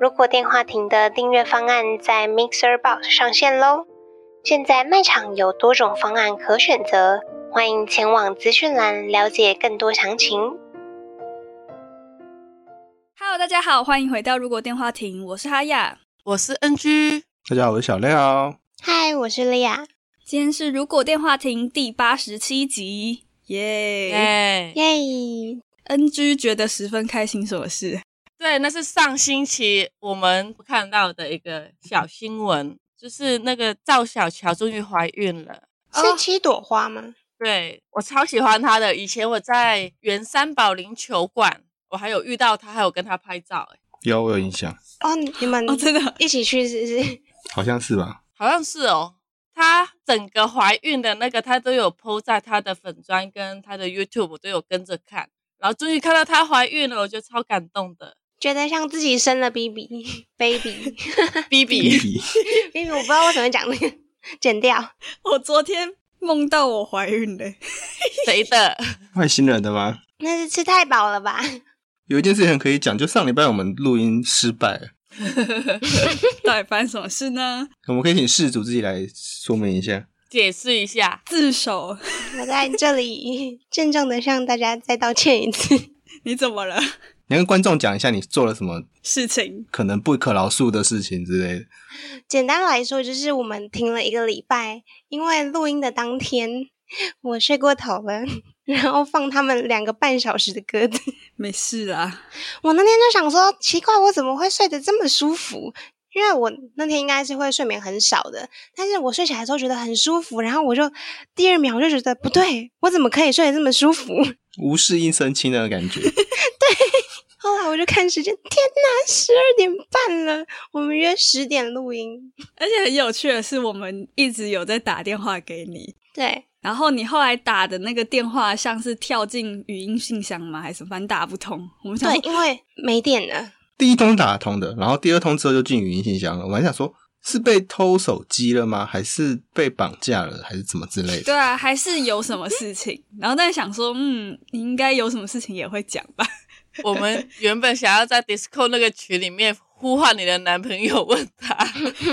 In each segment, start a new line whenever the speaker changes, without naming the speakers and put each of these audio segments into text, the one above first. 如果电话亭的订阅方案在 Mixer Box 上线喽。现在卖场有多种方案可选择，欢迎前往资讯栏了解更多详情。
Hello，大家好，欢迎回到《如果电话亭》，我是哈雅。
我是 NG，
大家好，我是小廖。
嗨，我是莉亚，
今天是《如果电话亭》第八十七集，耶、
哎、
耶、
NG 觉得十分开心，什么事？
对，那是上星期我们看到的一个小新闻，就是那个赵小乔终于怀孕了。
哦
是七朵花吗？
对我超喜欢她的，以前我在圆山保龄球馆，我还有遇到她，还有跟她拍照，哎，
有我有印象，
哦，你你们
哦，真的，
一起去是不是？
好像是吧？
好像是哦。她整个怀孕的那个，她都有 PO 在她的粉砖跟她的 YouTube，我都有跟着看，然后终于看到她怀孕了，我觉得超感动的。
觉得像自己生了 BB baby
B B，
baby，我不知道为什么讲那个，剪掉。
我昨天梦到我怀孕了，
谁的？
外星人的吗？
那是吃太饱了吧？
有一件事情可以讲，就上礼拜我们录音失败了，
到底发生什么事呢？
我们可以请事主自己来说明一下。
解释一下。
自首，
我在这里 郑重的向大家再道歉一次。
你怎么了？
你跟观众讲一下你做了什么
事情
可能不可饶恕的事情之类的。
简单来说，就是我们停了一个礼拜，因为录音的当天我睡过头了， 然后放他们两个半小时的歌子。
没事啦，
我那天就想说，奇怪，我怎么会睡得这么舒服？因为我那天应该是会睡眠很少的，但是我睡起来的时候觉得很舒服，然后我就第二秒我就觉得不对，我怎么可以睡得这么舒服？
无事一身轻的感觉，
后来我就看时间，天哪，十二点半了，我们约十点录音。
而且很有趣的是，我们一直有在打电话给你，
对，
然后你后来打的那个电话像是跳进语音信箱吗？还是什么？反正打不通。我们想
对
说，
因为没电了，
第一通打得通的，然后第二通之后就进语音信箱了。我还想说，是被偷手机了吗？还是被绑架了？还是怎么之类
对
的？
啊，还是有什么事情，然后但是想说，嗯，你应该有什么事情也会讲吧？
我们原本想要在 Disco 那个群里面呼唤你的男朋友，问他，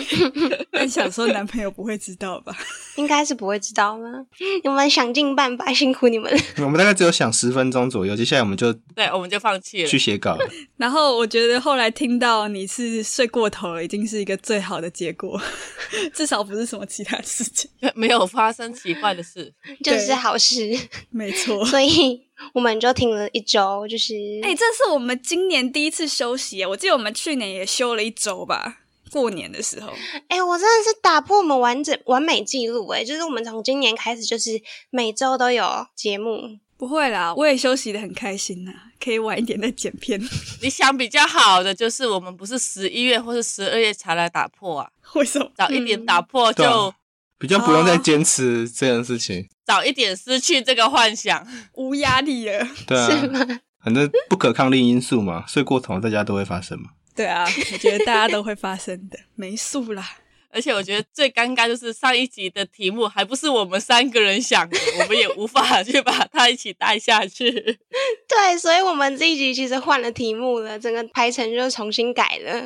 但想说男朋友不会知道吧？
应该是不会知道吗？ 你们想尽办法，辛苦你们了。
我们大概只有想十分钟左右，接下来我们就
对，我们就放弃了
去。写 稿了。
然后我觉得后来听到你是睡过头了，已经是一个最好的结果， 至少不是什么其他事情。
没有发生奇怪的事。
就
对
是好 事，
没错，
所以我们就停了一周，就是
哎、这是我们今年第一次休息耶，我记得我们去年也休了一周吧，过年的时候。
哎、我真的是打破我们完整完美记录哎，就是我们从今年开始，就是每周都有节目。
不会啦，我也休息的很开心呐、可以晚一点再剪片。
你想比较好的就是我们不是十一月或是十二月才来打破啊，
为什么？
早一点打破就
对啊比较不用再坚持这件事情，
早一点失去这个幻想。
无压力了。
对啊，反正不可抗力因素嘛， 睡过头大家都会发生嘛。
对啊，我觉得大家都会发生的，没数啦。
而且我觉得最尴尬就是上一集的题目还不是我们三个人想 的，我们也无法去把它一起带下去。
对，所以我们这一集其实换了题目了，整个排程就重新改了。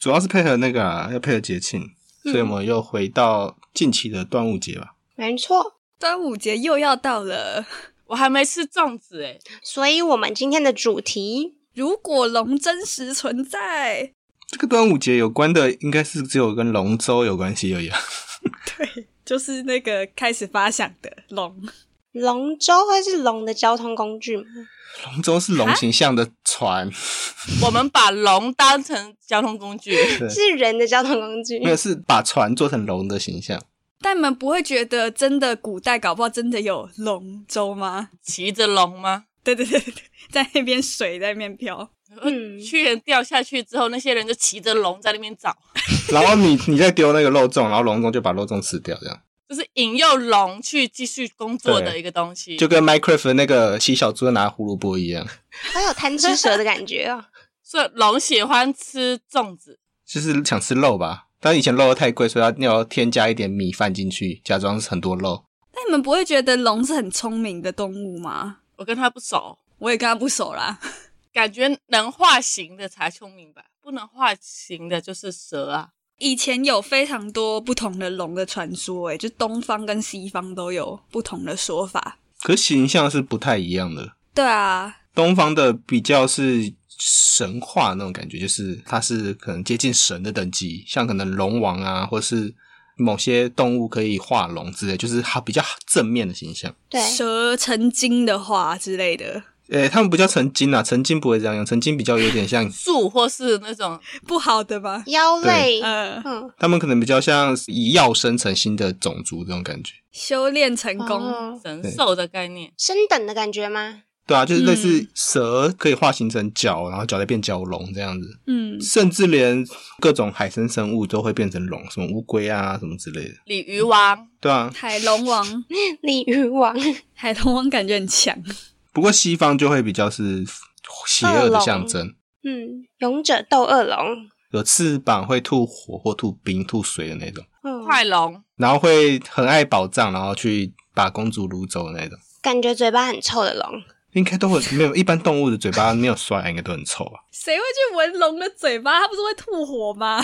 主要是配合那个啊，要配合节庆，所以我们又回到近期的端午节吧。
没错，
端午节又要到了，
我还没吃粽子欸诶、
所以我们今天的主题
如果龙真实存在，
这个端午节有关的，应该是只有跟龙舟有关系而已啊。
对，就是那个开始发响的龙。
“龙舟”会是龙的交通工具吗？
龙舟是龙形象的船，
我们把龙当成交通工具。
对，
是人的交通工具
没？有是把船做成龙的形象。
但你们不会觉得真的古代搞不好真的有龙舟吗？
骑着龙吗？
对对对对，对在那边水在那边飘，
嗯
屈原掉下去之后，那些人就骑着龙在那边找，
然后你你再丢那个肉粽，然后龙粽就把肉粽吃掉，这样
就是引诱龙去继续工作的
对
一个东西。
就跟 Minecraft 的那个骑小猪拿胡萝卜一样，
好有贪吃蛇的感觉 哦。
所以龙喜欢吃粽子，
就是想吃肉吧。但以前肉太贵，所以要要添加一点米饭进去，假装是很多肉。
但你们不会觉得龙是很聪明的动物吗？
我跟他不熟，
我也跟它不熟啦。
感觉能化形的才聪明吧，不能化形的就是蛇啊。
以前有非常多不同的龙的传说、欸诶，就东方跟西方都有不同的说法。
可形象是不太一样的。
对啊，
东方的比较是神话那种感觉，就是它是可能接近神的等级，像可能龙王啊，或是某些动物可以化龙之类，就是它比较正面的形象。
对，
蛇成精的话之类的，
诶、他们不叫成精啊，成精不会这样用，成精比较有点像，
树或是那种
不好的吧？
妖类，
呃，
嗯，
他们可能比较像以药生成新的种族这种感觉。
修炼成功，
哦
神兽的概念，
升等的感觉吗？
对啊，就是类似
嗯
蛇可以化形成角，然后角再变角龙这样子，
嗯，
甚至连各种海生生物都会变成龙，什么乌龟啊什么之类的。
鲤鱼王
对啊，
海龙 王，
鲤鱼王，
海龙王感觉很强，
不过西方就会比较是邪恶的象征，
嗯，勇者斗恶龙，
有翅膀会吐火或吐冰、吐水的那种，
嗯，
快龙，
然后会很爱宝藏，然后去把公主掳走的那种。
感觉嘴巴很臭的龙，
应该都会没有，一般动物的嘴巴没有刷牙，应该都很臭吧？
谁会去闻龙的嘴巴？它不是会吐火吗？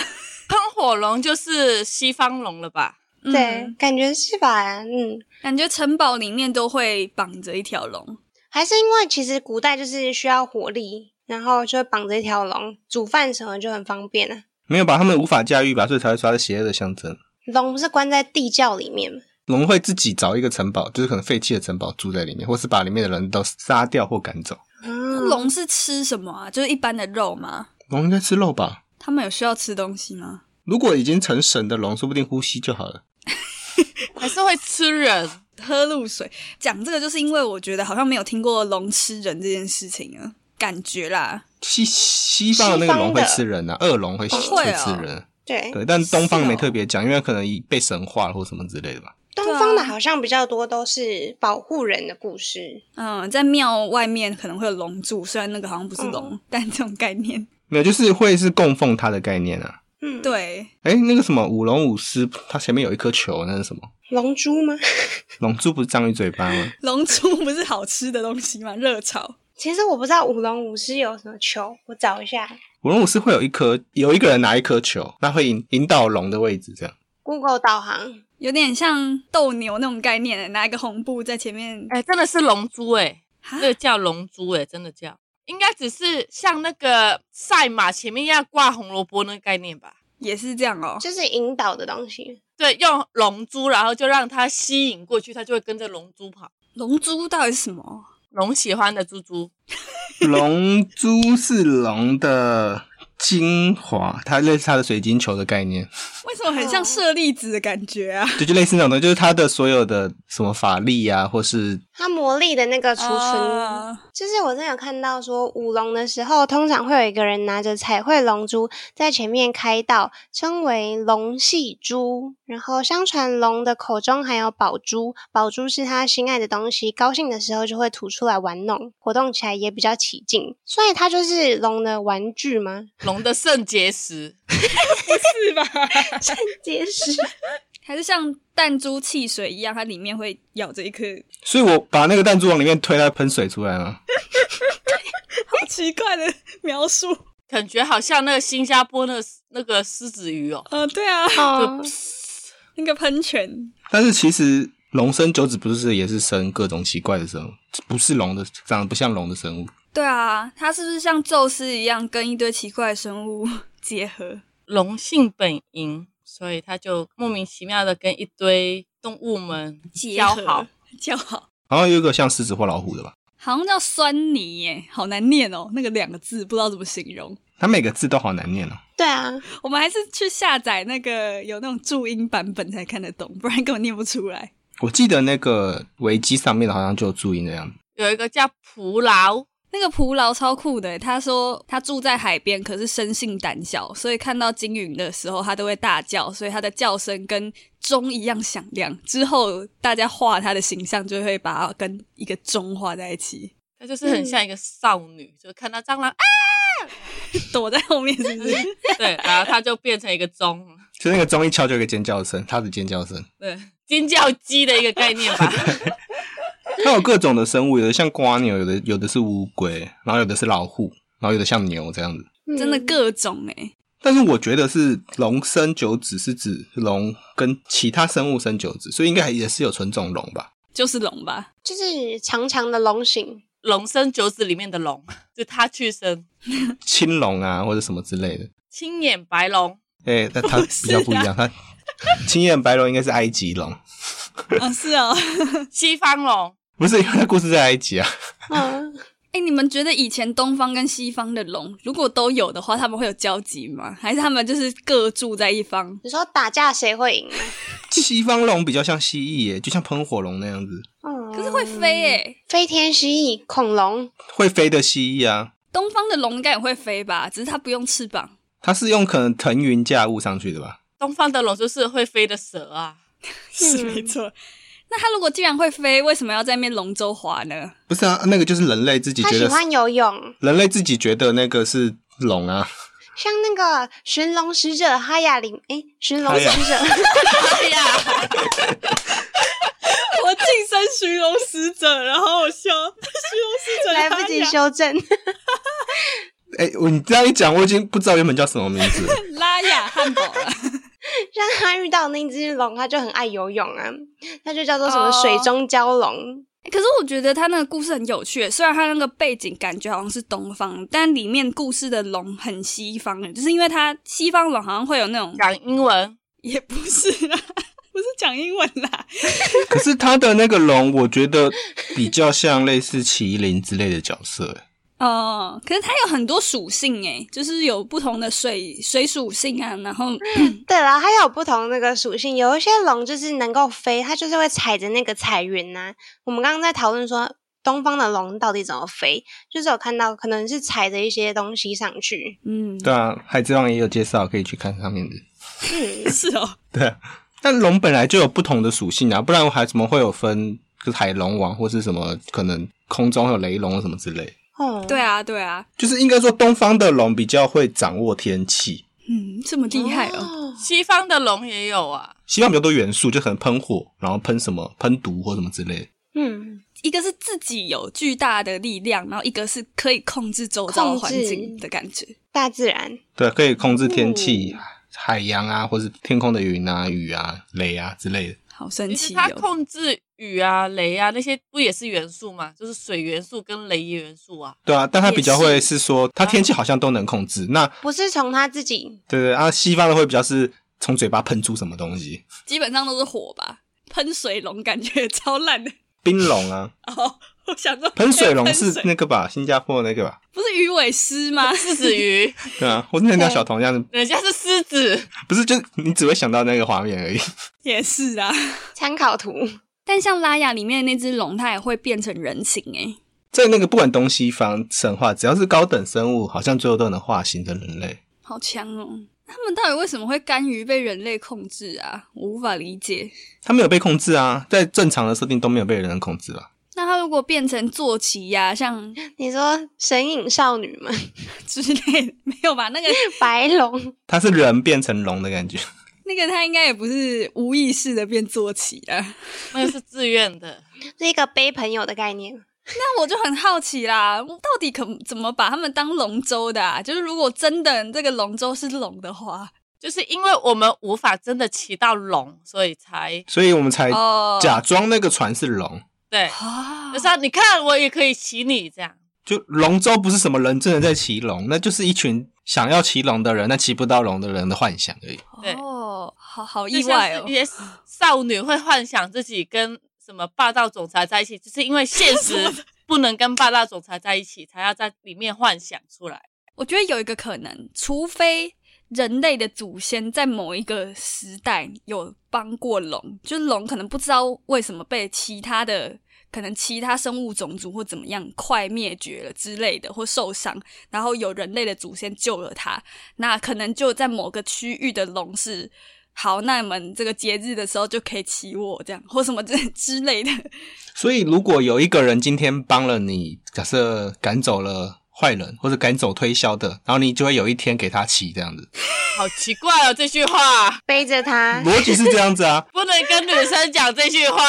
喷火龙就是西方龙了吧？
对
嗯，，
感觉是吧？嗯，
感觉城堡里面都会绑着一条龙，
还是因为其实古代就是需要火力，然后就会绑着一条龙，煮饭什么就很方便啊。
没有吧？他们无法驾驭吧，所以才会刷是邪恶的象征。
龙不是关在地窖里面吗？
龙会自己找一个城堡，就是可能废弃的城堡住在里面，或是把里面的人都杀掉或赶走。
嗯，
龙是吃什么啊？就是一般的肉吗？
龙应该吃肉吧？
他们有需要吃东西吗？
如果已经成神的龙，说不定呼吸就好了。
还是会吃人？
喝露水。讲这个就是因为我觉得好像没有听过龙吃人这件事情啊，感觉啦。
西西方的那个龙会吃人啊，恶龙会、
哦会哦
会吃人。
对，
对，但东方
是哦
没特别讲，因为可能已被神化了或什么之类的吧。
东方的好像比较多都是保护人的故事，
嗯，在庙外面可能会有龙柱，虽然那个好像不是龙，但这种概念。
没有，就是会是供奉他的概念啊。
嗯，，
对，
哎，那个什么舞龙舞狮，它前面有一颗球，那是什么？
龙珠吗？
龙珠不是章鱼嘴 巴吗？
龙珠不是好吃的东西吗？热炒。
其实我不知道舞龙舞狮有什么球，我找一下
舞龙舞狮会有一颗，有一个人拿一颗球，那会引引导龙的位置，这样。
Google 导航。
有点像斗牛那种概念，拿一个红布在前面，
哎、真的是龙珠哎、
哈
这个叫龙珠哎、真的叫，应该只是像那个赛马前面要挂红萝卜那个概念吧？
也是这样哦。
就是引导的东西，
对，用龙珠，然后就让它吸引过去，它就会跟着龙珠跑。
龙珠到底是什么？
龙喜欢的猪猪，
龙珠是龙的精华，它类似它的水晶球的概念，
为什么很像舍利子的感觉啊？
就就类似那种东西，就是它的所有的什么法力啊，或是
它魔力的那个储存。
啊
就是我真的有看到说，舞龙的时候，通常会有一个人拿着彩绘龙珠在前面开道，称为龙戏珠。然后相传龙的口中含有宝珠，宝珠是他心爱的东西，高兴的时候就会吐出来玩弄，活动起来也比较起劲。所以它就是龙的玩具吗？
龙的肾结石，
是吧？
结石。
还是像弹珠汽水一样，它里面会咬着一颗，
所以我把那个弹珠往里面推，它喷水出来吗？
好奇怪的描述。
感觉好像那个新加坡那个那个狮子鱼哦，
呃，对啊，
哦，
那个喷泉，
但是其实龙生九子不是也是生各种奇怪的生物，不是龙的，长得不像龙的生物。
对啊，它是不是像宙斯一样跟一堆奇怪的生物 结合？
龙性本淫，所以它就莫名其妙的跟一堆动物们
结
交
合
好。，
交好，
然后有一个像狮子或老虎的吧，
好像叫酸泥耶，好难念哦，那个两个字不知道怎么形容。
它每个字都好难念哦。
对啊，
我们还是去下载那个有那种注音版本才看得懂，不然根本念不出来。
我记得那个维基上面的好像就有注音的样子，
有一个叫蒲牢，
那那个蒲牢超酷的，他说他住在海边，可是生性胆小，所以看到鲸鱼的时候，他都会大叫，所以他的叫声跟钟一样响亮。之后大家画他的形象，就会把它跟一个钟画在一起，
她就是很
嗯
像一个少女，就看到蟑螂， 啊，
躲在后面，是不是？
对，然后她就变成一个钟，
就那个钟一敲就有一个尖叫声，它的尖叫声。
对，尖叫鸡的一个概念 吧。
它有各种的生物，有的像瓜牛，有的有的是乌龟，然后有的是老虎，然后有的像牛这样子。
真的
嗯
各种哎，
但是我觉得是龙生九子是指龙跟其他生物生九子，所以应该也是有纯种龙吧？
就是龙 吧？
就是长长的龙形，
龙生九子里面的龙，就他去生
青龙啊或者什么之类的。
青眼白龙，
哎、那它
不
啊
是
比较不一样，它青眼白龙应该是埃及龙，
啊，是 哦。
西方龙，
不是因为它故事在埃及啊。
嗯，
哎、你们觉得以前东方跟西方的龙，如果都有的话，他们会有交集吗？还是他们就是各住在一方？
你说打架谁会赢啊？
西方龙比较像蜥蜴耶，就像喷火龙那样子，
嗯，
可是会飞哎、
飞天蜥蜴、恐龙，
会飞的蜥蜴啊。
东方的龙应该也会飞吧，只是它不用翅膀。
它是用可能腾云驾雾上去的吧？
东方的龙就是会飞的蛇啊。
是没错。 那它如果既然会飞，为什么要在那边龙舟划呢？
不是啊，那个就是人类自己
它
觉
喜
得，
欢游泳，
人类自己觉得那个是龙啊，
像那个寻龙使者哈雅里，诶，寻龙
哈雅
使者，
哎呀，
我晋升寻龙使者，然后我修寻龙使者
来不及修正，
哎、我你这样一讲，我已经不知道原本叫什么名字了。
拉雅汉堡啊了。
让它遇到那只龙，它就很爱游泳啊，它就叫做什么
哦
水中蛟龙。
可是我觉得他那个故事很有趣，虽然他那个背景感觉好像是东方，但里面故事的龙很西方，就是因为他西方龙好像会有那种，
讲英文，
也不是啦， 不是讲英文啦，
可是它的那个龙，我觉得比较像类似麒麟之类的角色、哎
哦，可是它有很多属性诶，就是有不同的水水属性啊，然后
对啦，它有不同那个属性，有一些龙就是能够飞，它就是会踩着那个彩云呐、我们刚刚在讨论说东方的龙到底怎么飞，就是有看到可能是踩着一些东西上去。
嗯，
对啊，海之王也有介绍，可以去看上面的。
嗯，
是哦，
对、啊，但龙本来就有不同的属性啊，不然还怎么会有分就是海龙王或是什么可能空中有雷龙什么之类？
哦，
对啊，对啊，
就是应该说东方的龙比较会掌握天气，
嗯，这么厉害哦，
西方的龙也有啊。
西方比较多元素，就可能喷火，然后喷什么喷毒或什么之类的。
嗯，
一个是自己有巨大的力量，然后一个是可以控制周遭环境的感觉，
大自然，
对，啊可以控制天气、海洋啊，或是天空的云啊、雨啊、雷啊之类的。
好神
其
奇
实它
哦。
控制雨啊、雷啊那些不也是元素嘛？就是水元素跟雷元素啊。
对啊，但它比较会是说，
啊
它天气好像都能控制。那
不是从它自己，
对对啊，西方的会比较是从嘴巴喷出什么东西，
基本上都是火吧，喷水龙感觉超烂的。
冰龙啊，
哦，我想说
喷水龙是
喷水
那个吧，新加坡那个吧，
不是鱼尾狮吗？
狮子鱼，
对啊，或是那条小童这样子，
人家是狮子，
不是就你只会想到那个画面而已。
也是啊。
参考图，
但像拉雅里面的那只龙，它也会变成人形欸诶、
在那个不管东西方神话，只要是高等生物，好像最后都能化形成人类。
好强哦！他们到底为什么会甘于被人类控制啊？我无法理解。
它没有被控制啊，在正常的设定都没有被人控制啊。
那它如果变成坐骑呀、像
你说神隐少女嘛，
之类的，没有吧？那个
白龙，
它是人变成龙的感觉，
那个，它应该也不是无意识的变坐骑啊。
那个是自愿的。
是一个背朋友的概念。
那我就很好奇啦，到底可怎么把他们当龙舟的啊？就是如果真的这个龙舟是龙的话，
就是因为我们无法真的骑到龙，所以才
所以我们才
哦，
假装那个船是龙。
对。
啊，
就是啊你看我也可以骑你这样，
就龙舟不是什么人真的在骑龙，那就是一群想要骑龙的人，但骑不到龙的人的幻想而已。
对
哦，好好
就
意
像
外
是
哦
一。些少女会幻想自己跟什么霸道总裁在一起，就是因 为现实不能跟霸道总裁在一起，才要在里面幻想出来。
我觉得有一个可能，除非人类的祖先在某一个时代有帮过龙，就是龙可能不知道为什么被其他的可能其他生物种族或怎么样快灭绝了之类的，或受伤，然后有人类的祖先救了它，那可能就在某个区域的龙是。好，那你们这个节日的时候就可以骑我这样，或什么 之之类的，
所以如果有一个人今天帮了你，假设赶走了坏人或者赶走推销的，然后你就会有一天给他骑这样子，
好奇怪哦，这句话
背着他，
逻辑是这样子啊。
不能跟女生讲这句话。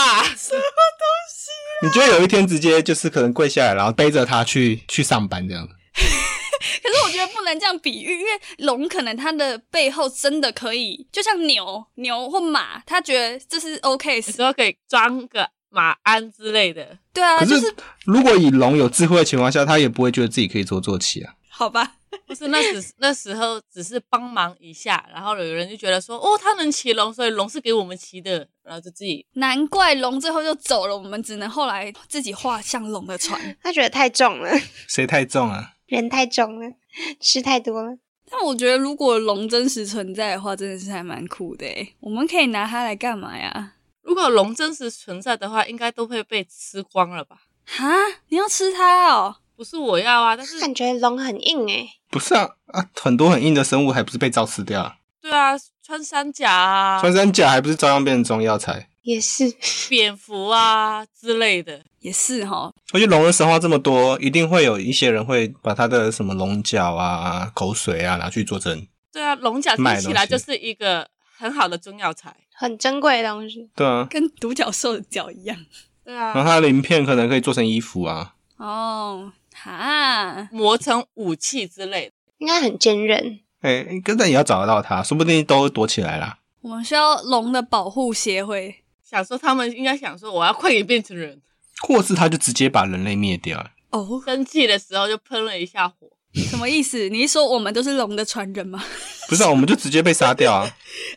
你就会有一天直接就是可能跪下来，然后背着他去去上班这样子。
可是我觉得不能这样比喻，因为龙可能它的背后真的可以，就像牛、牛或马，它觉得这是 OK
有时候可以装个马鞍之类的，
对啊，
可
就是是
如果以龙有智慧的情况下，他也不会觉得自己可以做坐骑啊。
好吧，
不是那时那时候只是帮忙一下，然后有人就觉得说，哦，他能骑龙，所以龙是给我们骑的，然后就自己
难怪龙最后就走了，我们只能后来自己画像龙的船。
他觉得太重了，
谁太重啊？
人太重了，吃太多了。
但我觉得如果龙真实存在的话，真的是还蛮酷的诶，我们可以拿它来干嘛呀？
如果龙真实存在的话，应该都会被吃光了吧？
哈，你要吃它哦？
不是我要啊，但是
感觉龙很硬哎、
不是啊啊，很多很硬的生物还不是被照吃掉、啊？
对啊，穿山甲啊、
穿山甲还不是照样变成中药材？
也是，
蝙蝠啊之类的，
也是哦哈，
而且龙的神话这么多，一定会有一些人会把他的什么龙角啊、口水啊拿去做针。
对啊，龙甲听
卖
起
东
来
西
就是一个很好的中药材。
很珍贵的东西。
对啊，
跟独角兽的脚一样
对啊，
然后它的鳞片可能可以做成衣服啊。
哦。哈，
磨成武器之类的。
应该很坚韧，
哎、根本也要找得到它，说不定都躲起来啦。
我们需要龙的保护协会。
想说他们应该想说，我要快点变成人。
或是它就直接把人类灭掉了。
哦，
生气的时候就喷了一下火，
什么意思？你是说我们都是龙的传人吗？
不是、啊，我们就直接被杀掉 啊！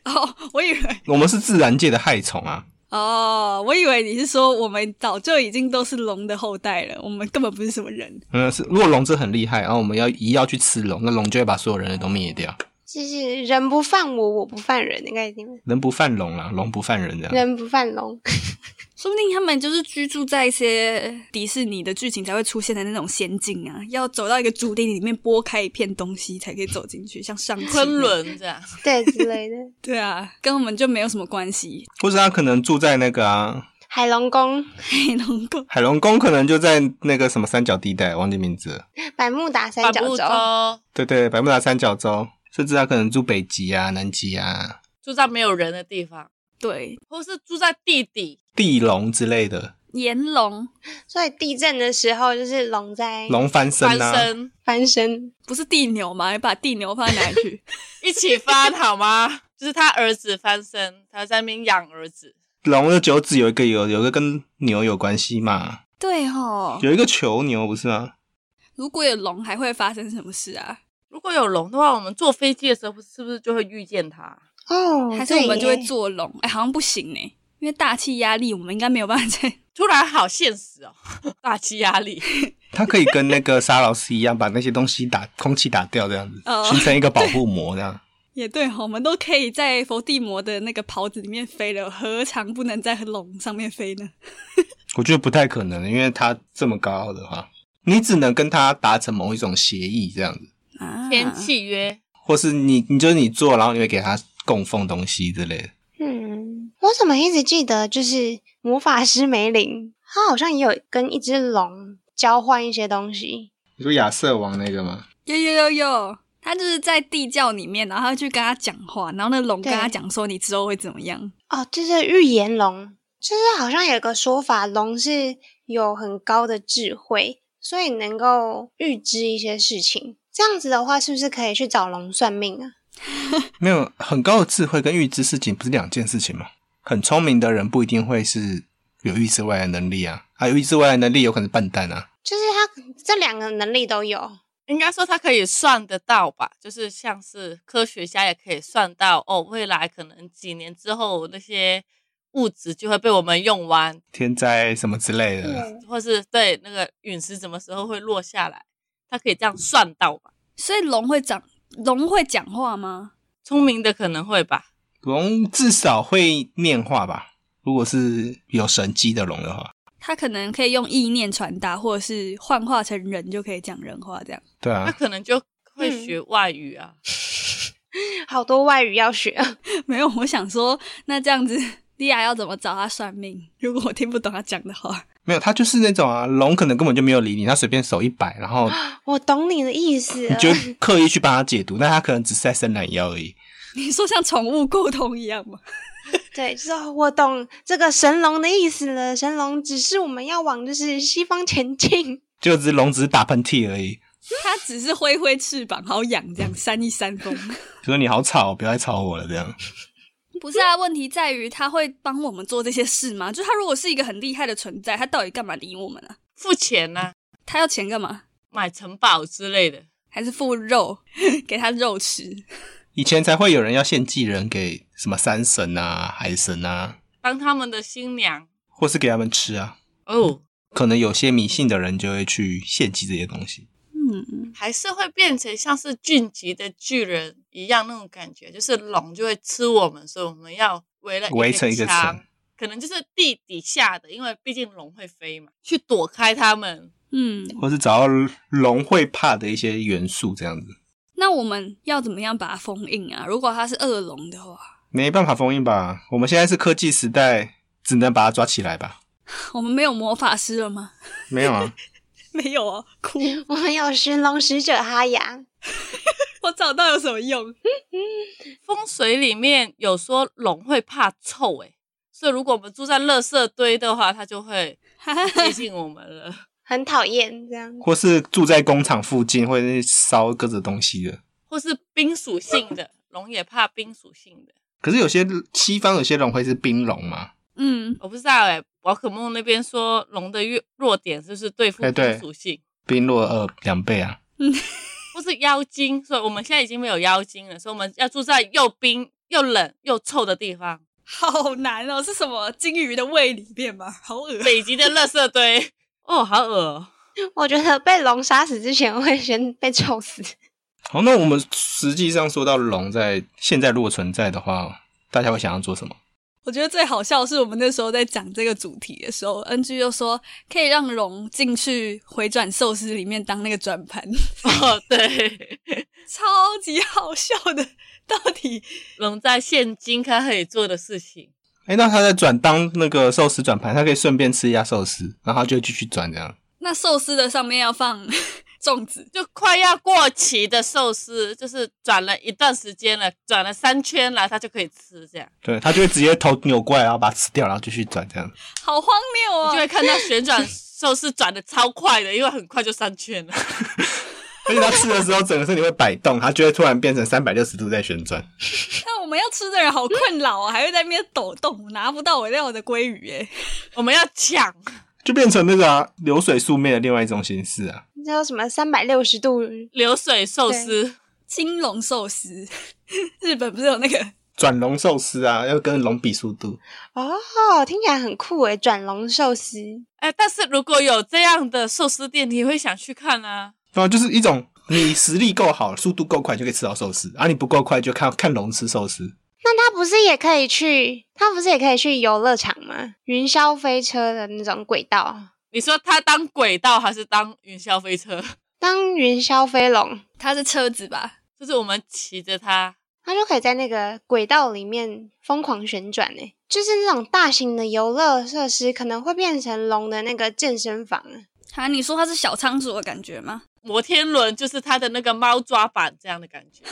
哦，我以为，
我们是自然界的害虫啊！
哦，我以为你是说我们早就已经都是龙的后代了，我们根本不是什么人。
嗯，是如果龙真的很厉害，然后我们要一要去吃龙，那龙就会把所有人类都灭掉。
就是人不犯我，我不犯人的概念。
人不犯龙啦，龙不犯人这样。
人不犯龙，
说不定他们就是居住在一些迪士尼的剧情才会出现的那种仙境啊，要走到一个主题里面拨开一片东西才可以走进去，像上期
昆。仑这样。
对之类的。
对啊，跟我们就没有什么关 系。
或者他可能住在那个啊，
海龙宫、
黑哎龙宫
海龙宫可能就在那个什么三角地带，忘记名字了。
百慕达 三
百
角
步
洲，
洲
对对，百慕达三角洲，甚至他可能住北极啊、南极啊，
住在没有人的地方，
对
或是住在地底。
地龙之类的，
炎龙
所以地震的时候就是龙在
龙翻
哎翻
身啊，
身
翻身。
不是地牛吗？你把地牛放在哪里去？
一起翻好吗？ 就是他儿子翻身，他在那边养儿子。
龙的九子有一个有有一个跟牛有关系嘛，
对哦，
有一个囚牛不是吗？
如果有龙，还会发生什么事啊？
如果有龙的话，我们坐飞机的时候是不是就会遇见它？
哦，
还是我们就会
对耶
做龙？哎、好像不行呢，因为大气压力，我们应该没有办法在。
突然好现实哦， 大气 压力。
它可以跟那个沙老师一样，把那些东西打空气打掉，这样子
哦
形成一个保护膜，这样。
也对哦，我们都可以在伏地魔的那个袍子里面飞了，何尝不能在龙上面飞呢？
我觉得不太可能，因为他这么高傲的话，你只能跟他达成某一种协议这样子，
啊，
签契约，
或是你你就是你做，然后你会给他供奉东西之类的。
嗯，我怎么一直记得就是魔法师梅林，他好像也有跟一只龙交换一些东西。
你说亚瑟王那个吗？
有有有有，他就是在地窖里面，然后他去跟他讲话，然后那龙跟他
对
讲说你之后会怎么样。
哦，就是预言龙，就是好像有个说法，龙是有很高的智慧，所以能够预知一些事情。这样子的话，是不是可以去找龙算命啊？
没有，很高的智慧跟预知事情不是两件事情吗？很聪明的人不一定会是有预知未来的能力啊，啊，有预知未来的能力有可能是笨蛋啊。
就是他这两个能力都有，
应该说它可以算得到吧，就是像是科学家也可以算到哦，未来可能几年之后那些物质就会被我们用完，
天灾什么之类
嗯
的，
或是对那个陨石什么时候会落下来，它可以这样算到吧。
所以龙会长，龙会讲话吗？
聪明的可能会吧，
龙至少会念话吧？如果是有神机的龙的话，
他可能可以用意念传达，或者是幻化成人就可以讲人话这样。
对
他
啊，
可能就会学外语啊。
好多外语要学，
没有，我想说，那这样子，莉亚要怎么找他算命？如果我听不懂他讲的话，
没有，他就是那种啊，龙可能根本就没有理你，他随便手一摆，然后
我懂你的意思
你
了。
就刻意去帮他解读，但他可能只是在伸懒腰而已。
你说像宠物沟通一样吗？
对，就是哦我懂这个神龙的意思了。神龙只是我们要往就是西方前进。
就只是龙只是打喷嚏而已，
他只是挥挥翅膀，好痒，这样扇一扇风。
就说你好吵，不要再吵我了这样。
不是啊，问题在于他会帮我们做这些事吗？就他如果是一个很厉害的存在，他到底干嘛理我们啊？
付钱呐、
他要钱干嘛？
买城堡之类的。
还是付肉 给他肉吃？
以前才会有人要献祭人给什么山神啊、海神啊，
当他们的新娘
或是给他们吃啊。
哦，
可能有些迷信的人就会去献祭这些东西。
嗯，
还是会变成像是晋级的巨人一样那种感觉，就是龙就会吃我们，所以我们要围了
围成一个
墙
城，
可能就是地底下的，因为毕竟龙会飞嘛，去躲开他们。
嗯，
或是找到龙会怕的一些元素，这样子
那我们要怎么样把它封印啊？如果它是恶龙的话，
没办法封印吧？我们现在是科技时代，只能把它抓起来吧？
我们没有魔法师了吗？
没有啊，
没有哦，哭！
我们有神龙使者哈雅，
我找到有什么用？
风水里面有说龙会怕臭、欸，所以如果我们住在垃圾堆的话，它就会接近我们了，
很讨厌这样。
或是住在工厂附近会烧各种东西的。
或是冰属性的龙也怕冰属性的。
可是有些西方有些龙会是冰龙嘛？
嗯，
我不知道哎、宝可梦那边说龙的弱弱点就是对付
哎对
冰属性，
冰落二两倍啊，
或是妖精，所以我们现在已经没有妖精了，所以我们要住在又冰又冷又臭的地方，
好难哦，是什么金鱼的胃里面吗？好恶
北极的垃圾堆。哦，好恶哦、
我觉得被龙杀死之前，我会先被臭死。
好，那我们实际上说到龙在现在如果存在的话，大家会想要做什么？
我觉得最好笑的是我们那时候在讲这个主题的时候，NG 就说可以让龙进去回转寿司里面当那个转盘，
哦，对，
超级好笑的。到底
龙在现今它可以做的事情，
哎、那他在转当那个寿司转盘，他可以顺便吃一下寿司，然后他就继续转这样。
那寿司的上面要放 粽子，
就快要过期的寿司，就是转了一段时间了，转了三圈了，它就可以吃，这样
对，他就会直接头扭过来，然后把它吃掉，然后继续转这样。
好荒谬
你就
哦！
会看到旋转寿司转的超快的，因为很快就三圈了。
而且他吃的时候，整个身体会摆动，他就会突然变成三百六十度在旋转。
那我们要吃的人好困扰啊，还会在那边抖动，拿不到我要的鲑鱼耶。
我们要抢，
就变成那个、啊、流水素面的另外一种形式啊！
这叫什么三百六十度？
流水寿司，
青龙寿司， 日本不是有那个
转龙寿司啊，要跟龙比速度，
哦，听起来很酷诶，转龙寿司。
哎，但是如果有这样的寿司店，你会想去看啊？
然后就是一种你实力够好，速度够快就可以吃到寿司，而、啊、你不够快就看看龙吃寿司。
那他不是也可以去？他不是也可以去游乐场吗？云霄飞车的那种轨道，
你说他当轨道还是当云霄飞车？
当云霄飞龙，
它是车子吧？
就是我们骑着它，
它就可以在那个轨道里面疯狂旋转诶，就是那种大型的游乐设施可能会变成龙的那个健身房啊。
啊，你说它是小仓鼠的感觉吗？
摩天轮就是它的那个猫抓板这样的感觉。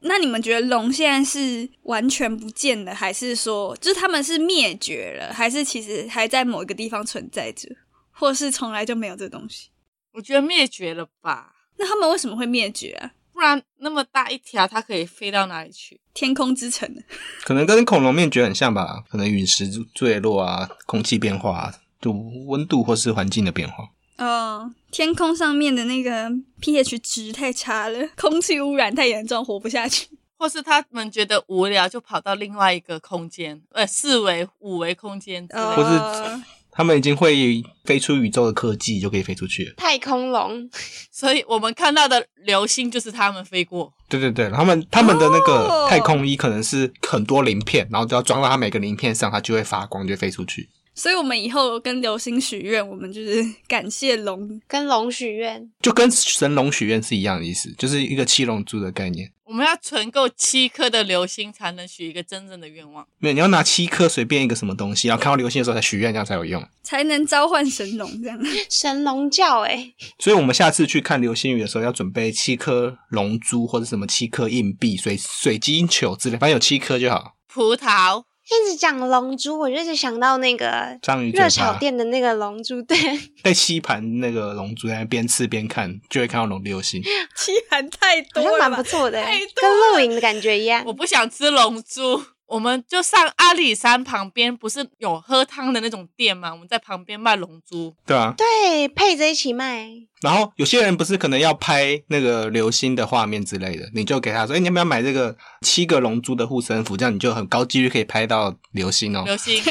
那你们觉得龙现在是完全不见了，还是说就是他们是灭绝了，还是其实还在某一个地方存在着，或是从来就没有这东西？
我觉得灭绝了吧，
那他们为什么会灭绝啊？
不然那么大一条，它可以飞到哪里去？
天空之城呢？
可能跟恐龙面觉很像吧，可能陨石坠落啊，空气变化、啊，就温度或是环境的变化。
哦，天空上面的那个 pH 值太差了，空气污染太严重，活不下去。
或是他们觉得无聊，就跑到另外一个空间，呃，四维、五维空间之类
或
的。
是
呃
他们已经会飞出宇宙的科技，就可以飞出去了。
太空龙，
所以我们看到的流星就是他们飞过。
对对对，他们他们的那
哦
个太空衣可能是很多鳞片，然后只要装到它每个鳞片上，它就会发光，就会飞出去。
所以我们以后跟流星许愿，我们就是感谢龙。
跟龙许愿，
就跟神龙许愿是一样的意思，就是一个七龙珠的概念。
我们要存够七颗的流星，才能许一个真正的愿望。
没有，你要拿七颗随便一个什么东西，然后看到流星的时候才许愿，这样才有用。
才能召唤神龙，这样
神龙教哎、
所以我们下次去看流星雨的时候，要准备七颗龙珠或者什么七颗硬币、水水晶球之类，反正有七颗就好。
葡萄，
一直讲龙珠，我就一直想到那个
章鱼嘴
热炒
巴
店的那个龙珠，对，
在吸盘那个龙珠，在那边吃边看，就会看到龙流星。
欺寒太
好
多
像
了
蛮
吧
不？错的、欸
太多
跟露营的感觉一样
我。不想吃龙珠，我们就上阿里山旁边，不是有喝汤的那种店吗？我们在旁边卖龙珠，
对啊，
对，配着一起卖，
然后有些人不是可能要拍那个流星的画面之类的，你就给他说：“哎、你要不要买这个七个龙珠的护身符？这样你就很高几率可以拍到流星哦。
流星。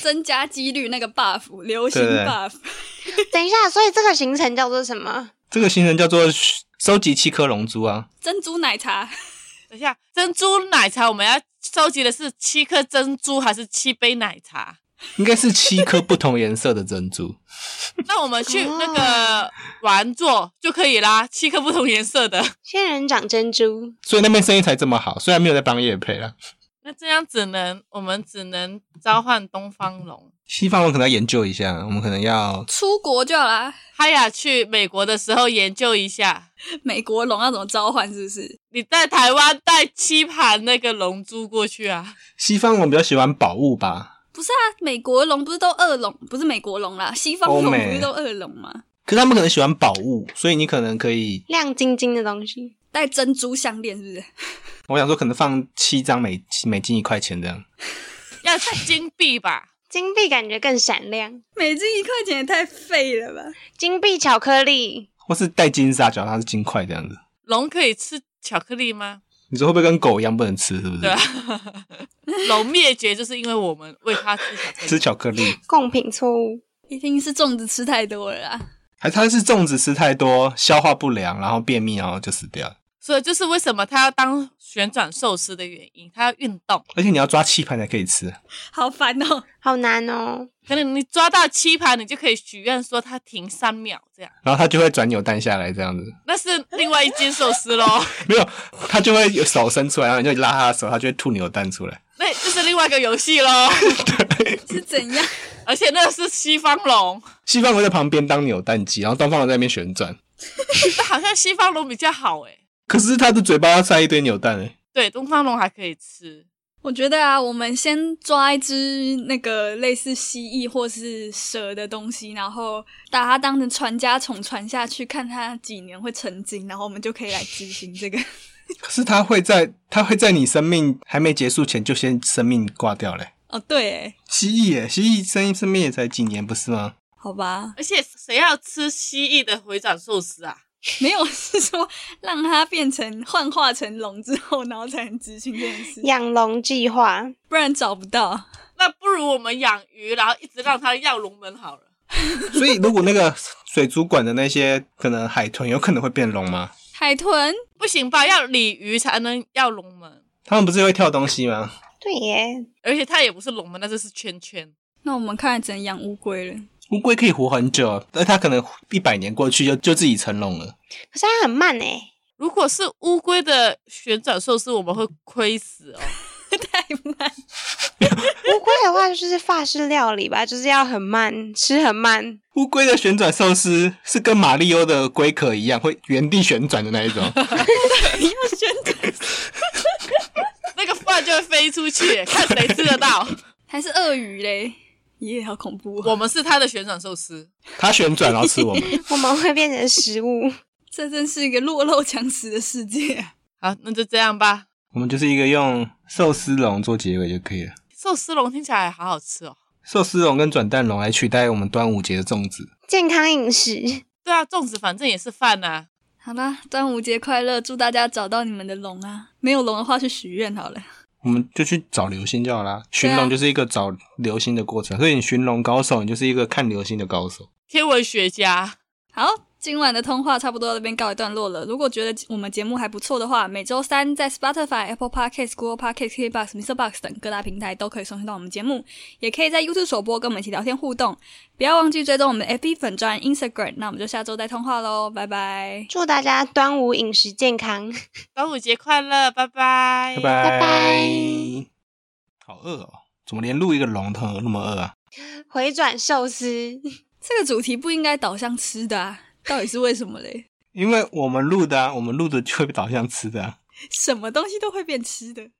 增加几率那个 buff，流行
对
buff，
等一下，所以这个行程叫做什么？”
这个行程叫做收集七颗龙珠啊，
珍珠奶茶，
等一下，珍珠奶茶我们要收集的是七颗珍珠还是七杯奶茶？
应该是七颗不同颜色的珍珠。
那我们去那个玩座就可以啦，七颗不同颜色的。
仙人掌珍珠，
所以那边生意才这么好，虽然没有在帮夜配啦。
那这样只能我们只能召唤东方龙。
西方人可能要研究一下，我们可能要
出国就好啦。
哈雅去美国的时候研究一下，
美国龙要怎么召唤？是不是？
你在台湾带七盘那个龙珠过去啊。
西方人比较喜欢宝物吧，
不是啊，美国龙不是都二龙？不是美国龙啦，西方龙
欧
不
美
是都二龙吗？
可是他们可能喜欢宝物，所以你可能可以，
亮晶晶的东西。
戴珍珠项链是不是？
我想说可能放七张美美金一块钱这样。
要带金币吧，
金币感觉更闪亮，
美金一块钱也太废了吧！
金币巧克力，
或是带金沙，脚它是金块这样子。
龙可以吃巧克力吗？
你说会不会跟狗一样不能吃？是不是？
对啊， 龙灭绝就是因为我们喂它吃巧克力。
吃巧克力，
贡品错误。
一定是粽子吃太多了啊啦。
还是它是粽子吃太多，消化不良，然后便秘，然后就死掉了。
所以就是为什么他要当旋转寿司的原因，他要运动。
而且你要抓气盘才可以吃。
好烦哦！
好难哦，
可能你抓到七盘，你就可以许愿说他停三秒这样，
然后它就会转扭蛋下来，这样子
那是另外一间寿司喽。
没有，它就会有手伸出来，然后你就拉它的手，它就会吐扭蛋出来。
那就是另外一个游戏喽。
是怎样？
而且那是西方龙，
西方人在旁边当扭蛋机，然后东方人在那边旋转。
那好像西方龙比较好诶。
可是它的嘴巴要塞一堆扭蛋欸诶，
对，东方龙还可以吃。
我觉得啊，我们先抓一只那个类似蜥蜴或是蛇的东西，然后把它当成传家宠传下去，看它几年会成精，然后我们就可以来执行这个。
可是它会在它会在你生命还没结束前就先生命挂掉嘞。
哦，对耶，
蜥蜴耶，蜥蜴生生命也才几年不是吗？
好吧，
而且谁要吃蜥蜴的回转寿司啊？
没有是说让它变成幻化成龙之后，然后才能执行这件 事，
养龙计划，
不然找不到。
那不如我们养鱼，然后一直让它要龙门好了。
所以，如果那个水族馆的那些可能海豚，有可能会变龙吗？
海豚
不行吧？要鲤鱼才能要龙门，
他们不是会跳东西吗？
对耶，
而且它也不是龙门，那就是圈圈。
那我们看来只能养乌龟了。
乌龟可以活很久啊，但它可能一百年过去就就自己成龙了。
可是它很慢哎，
如果是乌龟的旋转寿司，我们会亏死哦。
太慢，
乌龟的话就是法式料理吧， 就是要很慢，吃很慢。
乌龟的旋转寿司是跟马里欧的龟壳一样，会原地旋转的那一种。
要旋转，
那个饭就会飞出 去，看谁吃得到。
还是鳄鱼嘞？耶，好恐怖、哦！
我们是它的旋转寿司，
它旋转然后吃我们，
我们会变成食物，
这真是一个弱肉强食的世界啊、
好，那就这样吧。
我们就是一个用寿司龙做结尾就可以了。
寿司龙听起来好好吃哦。
寿司龙跟转蛋龙来取代我们端午节的粽子。
健康饮食。
对啊，粽子反正也是饭呐、啊
好啦，端午节快乐！祝大家找到你们的龙啊！没有龙的话，去许愿好了。
我们就去找流星就好啦。
对啊
寻龙就是一个找流星的过程，所以你寻龙高手，你就是一个看流星的高手。
天文学家，
好，今晚的通话差不多到这边告一段落了。如果觉得我们节目还不错的话，每周三在 Spotify、Apple Podcast、Google Podcast、KBox、Mr. Box 等各大平台都可以收听到我们节目，也可以在 YouTube 首播跟我们一起聊天互动。不要忘记追踪我们的 FB 粉专 Instagram。那我们就下周再通话喽，拜拜。
祝大家端午饮食健康。
端午节快乐，拜拜，
拜
拜拜
好饿哦，怎么连录一个龙头那么饿啊？
回转寿司，
这个主题不应该导向吃的啊，到底是为什么嘞？
因为我们录的、啊，我们录的就会导向吃的、啊。
什么东西都会变吃的。